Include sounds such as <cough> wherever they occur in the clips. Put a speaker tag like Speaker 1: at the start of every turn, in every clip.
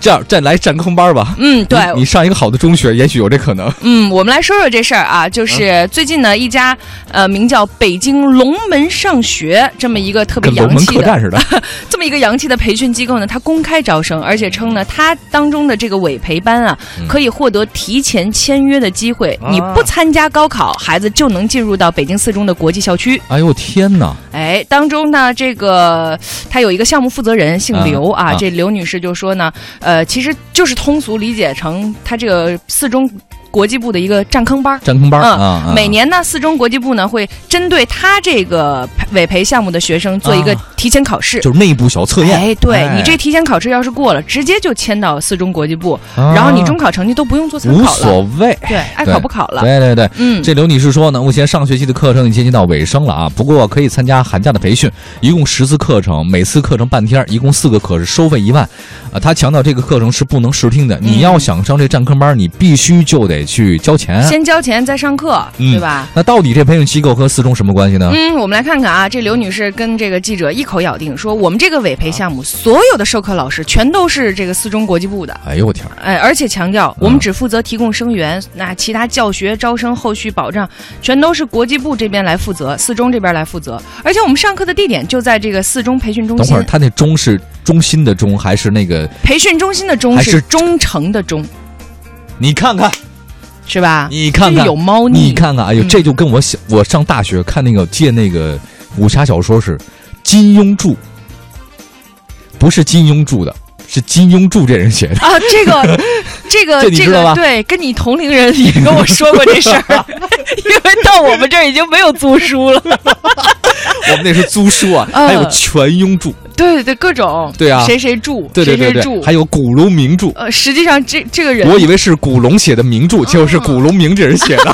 Speaker 1: 这样再来站坑班儿吧。
Speaker 2: 嗯，对，
Speaker 1: 你，你上一个好的中学，也许有这可能。
Speaker 2: 嗯，我们来说说这事儿啊，
Speaker 1: 嗯
Speaker 2: 就是最近呢，一家呃名叫北京龙门上学这么一个特别
Speaker 1: 跟龙
Speaker 2: 洋
Speaker 1: 门
Speaker 2: 气
Speaker 1: 客
Speaker 2: 的
Speaker 1: 栈似
Speaker 2: <laughs>
Speaker 1: 的，
Speaker 2: 这么一个洋气的培训机构呢，它公开招生，而且称呢，它当中的这个委培班啊，
Speaker 1: 嗯
Speaker 2: 可以获得提前签约的机会，
Speaker 1: 啊
Speaker 2: 你不参加高考，孩子就能进入到北京四中的国际校区。
Speaker 1: 哎呦天哪！
Speaker 2: 哎，当中呢，这个他有一个项目负责人姓刘
Speaker 1: 啊
Speaker 2: 啊，
Speaker 1: 啊
Speaker 2: 这刘女士就说呢，呃，其实就是通俗理解成他这个四中国际部的一个占坑班儿。
Speaker 1: 站坑班儿
Speaker 2: 嗯
Speaker 1: 啊，啊
Speaker 2: 每年呢，四中国际部呢会针对他这个培委培项目的学生做一个
Speaker 1: 啊
Speaker 2: 提前考试，
Speaker 1: 就是内部小测验，
Speaker 2: 哎，对
Speaker 1: 哎
Speaker 2: 你这提前考试要是过了，直接就签到四中国际部，
Speaker 1: 啊
Speaker 2: 然后你中考成绩都不用做参
Speaker 1: 无
Speaker 2: 考了，
Speaker 1: 所谓。
Speaker 2: 对，爱考不考了，
Speaker 1: 对对对，
Speaker 2: 嗯，
Speaker 1: 这刘女士说呢，目前上学期的课程已接近到尾声了啊，不过可以参加寒假的培训，一共十次课程，每次课程半天儿，一共四个课，是收费一万。啊，她强调这个课程是不能试听的，你要想上这占坑班儿，你必须就得去交钱。
Speaker 2: 先交钱再上课，
Speaker 1: 哎嗯
Speaker 2: 对吧？
Speaker 1: 那到底这培训机构和四中什么关系呢？
Speaker 2: 嗯，我们来看看啊，这刘女士跟这个记者一口咬定说，我们这个委
Speaker 1: 啊
Speaker 2: 培项目所有的授课老师全都是这个四中国际部的。
Speaker 1: 哎呦我天儿，
Speaker 2: 哎，而且强
Speaker 1: 啊
Speaker 2: 调，我们只负责提供生源，那其他教学、招生、后续保障，全都是国际部这边来负责，四中这边来负责。而且我们上课的地点就在这个四中培训中
Speaker 1: 等
Speaker 2: 心
Speaker 1: 会儿，她那中是中心的中还是那个？
Speaker 2: 培训中心的中
Speaker 1: 还
Speaker 2: 是
Speaker 1: 是
Speaker 2: 忠诚的忠，
Speaker 1: 你看看，
Speaker 2: 是吧？
Speaker 1: 你看
Speaker 2: 真是
Speaker 1: 看
Speaker 2: 有，猫腻，
Speaker 1: 你看看，哎呦，
Speaker 2: 嗯
Speaker 1: 这就跟我小我上大学看那个借那个武侠小说是金庸著，不是金庸著的，是金庸著这人写
Speaker 2: <laughs>
Speaker 1: 的。
Speaker 2: 啊，这个，这个，
Speaker 1: 这
Speaker 2: 这
Speaker 1: 你知道
Speaker 2: 个，
Speaker 1: 吧
Speaker 2: 对，跟你同龄人也跟我说过这事儿，因为到我们这儿已经没有租书
Speaker 1: <laughs>
Speaker 2: 了。
Speaker 1: 我们那是租书啊，
Speaker 2: 嗯
Speaker 1: 还有全庸著，
Speaker 2: 对对，各种
Speaker 1: <laughs> 对啊
Speaker 2: 谁谁住，
Speaker 1: 对对对
Speaker 2: 谁谁
Speaker 1: 对，
Speaker 2: 住
Speaker 1: 还。有古龙名著。
Speaker 2: 呃，实际上这这个人，
Speaker 1: 我以为是古龙写的名
Speaker 2: 嗯
Speaker 1: 著，结果是古龙明这人
Speaker 2: <laughs>
Speaker 1: 写的。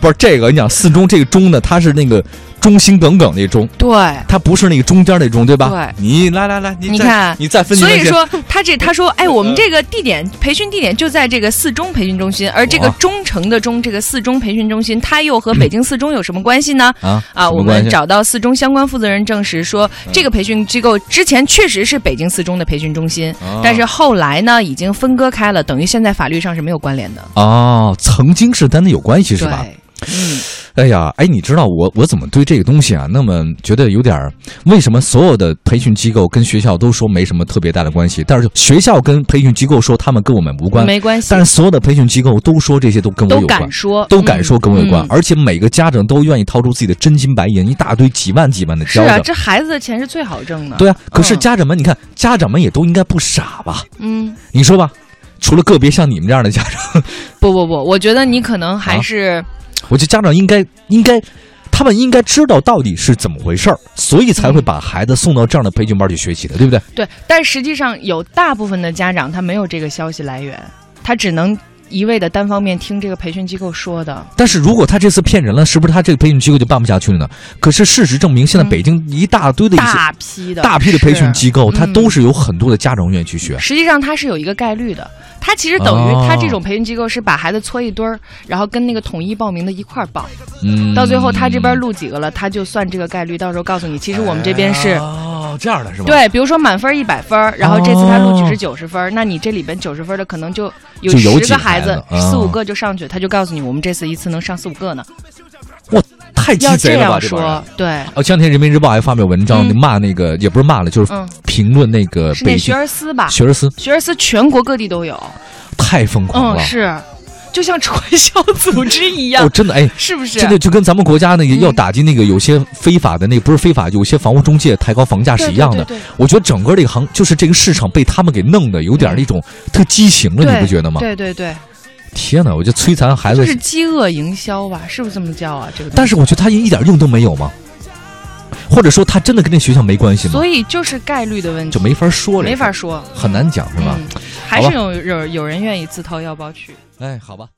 Speaker 1: 不是这个，你想四中这个中呢，它是那个忠心耿耿那忠，
Speaker 2: 对，
Speaker 1: 它不是那个中间那中，对吧？
Speaker 2: 对
Speaker 1: 你来来来，你
Speaker 2: 你
Speaker 1: 再
Speaker 2: 看
Speaker 1: 你再分析
Speaker 2: 所以
Speaker 1: 分析
Speaker 2: 说他这他说，
Speaker 1: <laughs>
Speaker 2: 哎，我们这个地点培训地点就在这个四中培训中心，而这个
Speaker 1: 哇
Speaker 2: 忠诚的忠，这个四中培训中心，它又和北京四中有什么关系呢？
Speaker 1: 啊
Speaker 2: 啊，
Speaker 1: 什么
Speaker 2: 我
Speaker 1: 关
Speaker 2: 们
Speaker 1: 系嗯
Speaker 2: 找到四中相关负责人证实说，这个培训机构之前确实是北京四中的培训中心，
Speaker 1: 啊
Speaker 2: 但是后来呢已经分割开了，等于现在法律上是没有关联的，
Speaker 1: 哦，曾经是跟它有关系是
Speaker 2: 对
Speaker 1: 吧？，
Speaker 2: 嗯，
Speaker 1: 哎呀，哎，你知道我我怎么对这个东西啊？那么觉得有点儿，为什么所有的培训机构跟学校都说没什么特别大的关系，但是学校跟培训机构说他们跟我们无关，
Speaker 2: 没关系
Speaker 1: 但，是所有的培训机构都说这些都跟我
Speaker 2: 都
Speaker 1: 有关
Speaker 2: 敢。说，
Speaker 1: 都敢说跟我有关，
Speaker 2: 嗯嗯
Speaker 1: 而且每个家长都愿意掏出自己的真金白银，一大堆几万几万的
Speaker 2: 是
Speaker 1: 交
Speaker 2: 啊，
Speaker 1: 着。
Speaker 2: 这孩子的钱是最好挣的，
Speaker 1: 对啊，可是
Speaker 2: 嗯
Speaker 1: 家长们，你看家长们也都应该不傻吧？
Speaker 2: 嗯，
Speaker 1: 你说吧，除了个别像你们这样的
Speaker 2: <laughs>
Speaker 1: 家长，
Speaker 2: 不不不，我觉得你可能还
Speaker 1: 啊
Speaker 2: 是、
Speaker 1: 我觉得家长应该应该，他们应该知道到底是怎么回事儿，所以才会把孩子送到这样的培训班去学习的，对不对？
Speaker 2: 对，但实际上有大部分的家长他没有这个消息来源，他只能一味的单方面听这个培训机构说的，
Speaker 1: 但是如果他这次骗人了，是不是他这个培训机构就办不下去了呢？可是事实证明，现在
Speaker 2: 嗯
Speaker 1: 北京一大堆的一些
Speaker 2: 大批的
Speaker 1: 大批的培训
Speaker 2: 是
Speaker 1: 机构，它
Speaker 2: 嗯
Speaker 1: 都是有很多的家长愿意去学。
Speaker 2: 实际上它是有一个概率的。它其实等于
Speaker 1: 哦
Speaker 2: 它这种培训机构是把孩子搓一堆儿，然后跟那个统一报名的一块儿报，
Speaker 1: 嗯，
Speaker 2: 到最后他这边录几个了，他就算这个概率，到时候告诉你，其实我们这边是。
Speaker 1: 哦这样的是吗？
Speaker 2: 对，比如说满分一百分儿，然后这次他录取是九十分儿，那你这里边九十分儿的可能就有
Speaker 1: 哦就有几
Speaker 2: 十
Speaker 1: 个
Speaker 2: 个孩子
Speaker 1: 孩，子
Speaker 2: 四五
Speaker 1: 哦
Speaker 2: 个就上去，他就告诉你，我们这次一次能上四五个呢。
Speaker 1: 太鸡
Speaker 2: 要
Speaker 1: 贼
Speaker 2: 这
Speaker 1: 了吧，
Speaker 2: 样
Speaker 1: 这帮
Speaker 2: 说
Speaker 1: 人。，
Speaker 2: 对，
Speaker 1: 哦，前两天人民日报还发表文章，
Speaker 2: 嗯
Speaker 1: 骂那个也不是骂了，就是
Speaker 2: 嗯，
Speaker 1: 评论那个
Speaker 2: 是
Speaker 1: 呃北
Speaker 2: 那学
Speaker 1: 京
Speaker 2: 而思吧？
Speaker 1: 学而思
Speaker 2: 学而思全国各地都有，
Speaker 1: 太疯狂
Speaker 2: 嗯，
Speaker 1: 了。
Speaker 2: 是，就像传销组织一样
Speaker 1: 哦，，真的哎，
Speaker 2: 是不是？啊
Speaker 1: 真的就跟咱们国家那个
Speaker 2: 嗯
Speaker 1: 要打击那个有些非法的那个不是非法，有些房屋中介抬高房价啊是一样的。
Speaker 2: 对对对对
Speaker 1: 我觉得整个这个行就是这个市场被他们给弄的有点那种特畸形了，你不觉得吗？哎
Speaker 2: 对对对，
Speaker 1: 天哪，我觉得摧残孩
Speaker 2: 就
Speaker 1: 子
Speaker 2: 是，饥饿营销吧，是不是这么叫啊？这个东西，
Speaker 1: 但是我觉得他一点用都没有吗？或者说他真的跟这学校没关系吗
Speaker 2: 所？以就是概率的问题，
Speaker 1: 就没法说了，
Speaker 2: 没法说，
Speaker 1: 很难讲是吧？
Speaker 2: 嗯，还是
Speaker 1: 好吧
Speaker 2: 有有有人愿意自掏腰包去。
Speaker 1: 哎，好吧。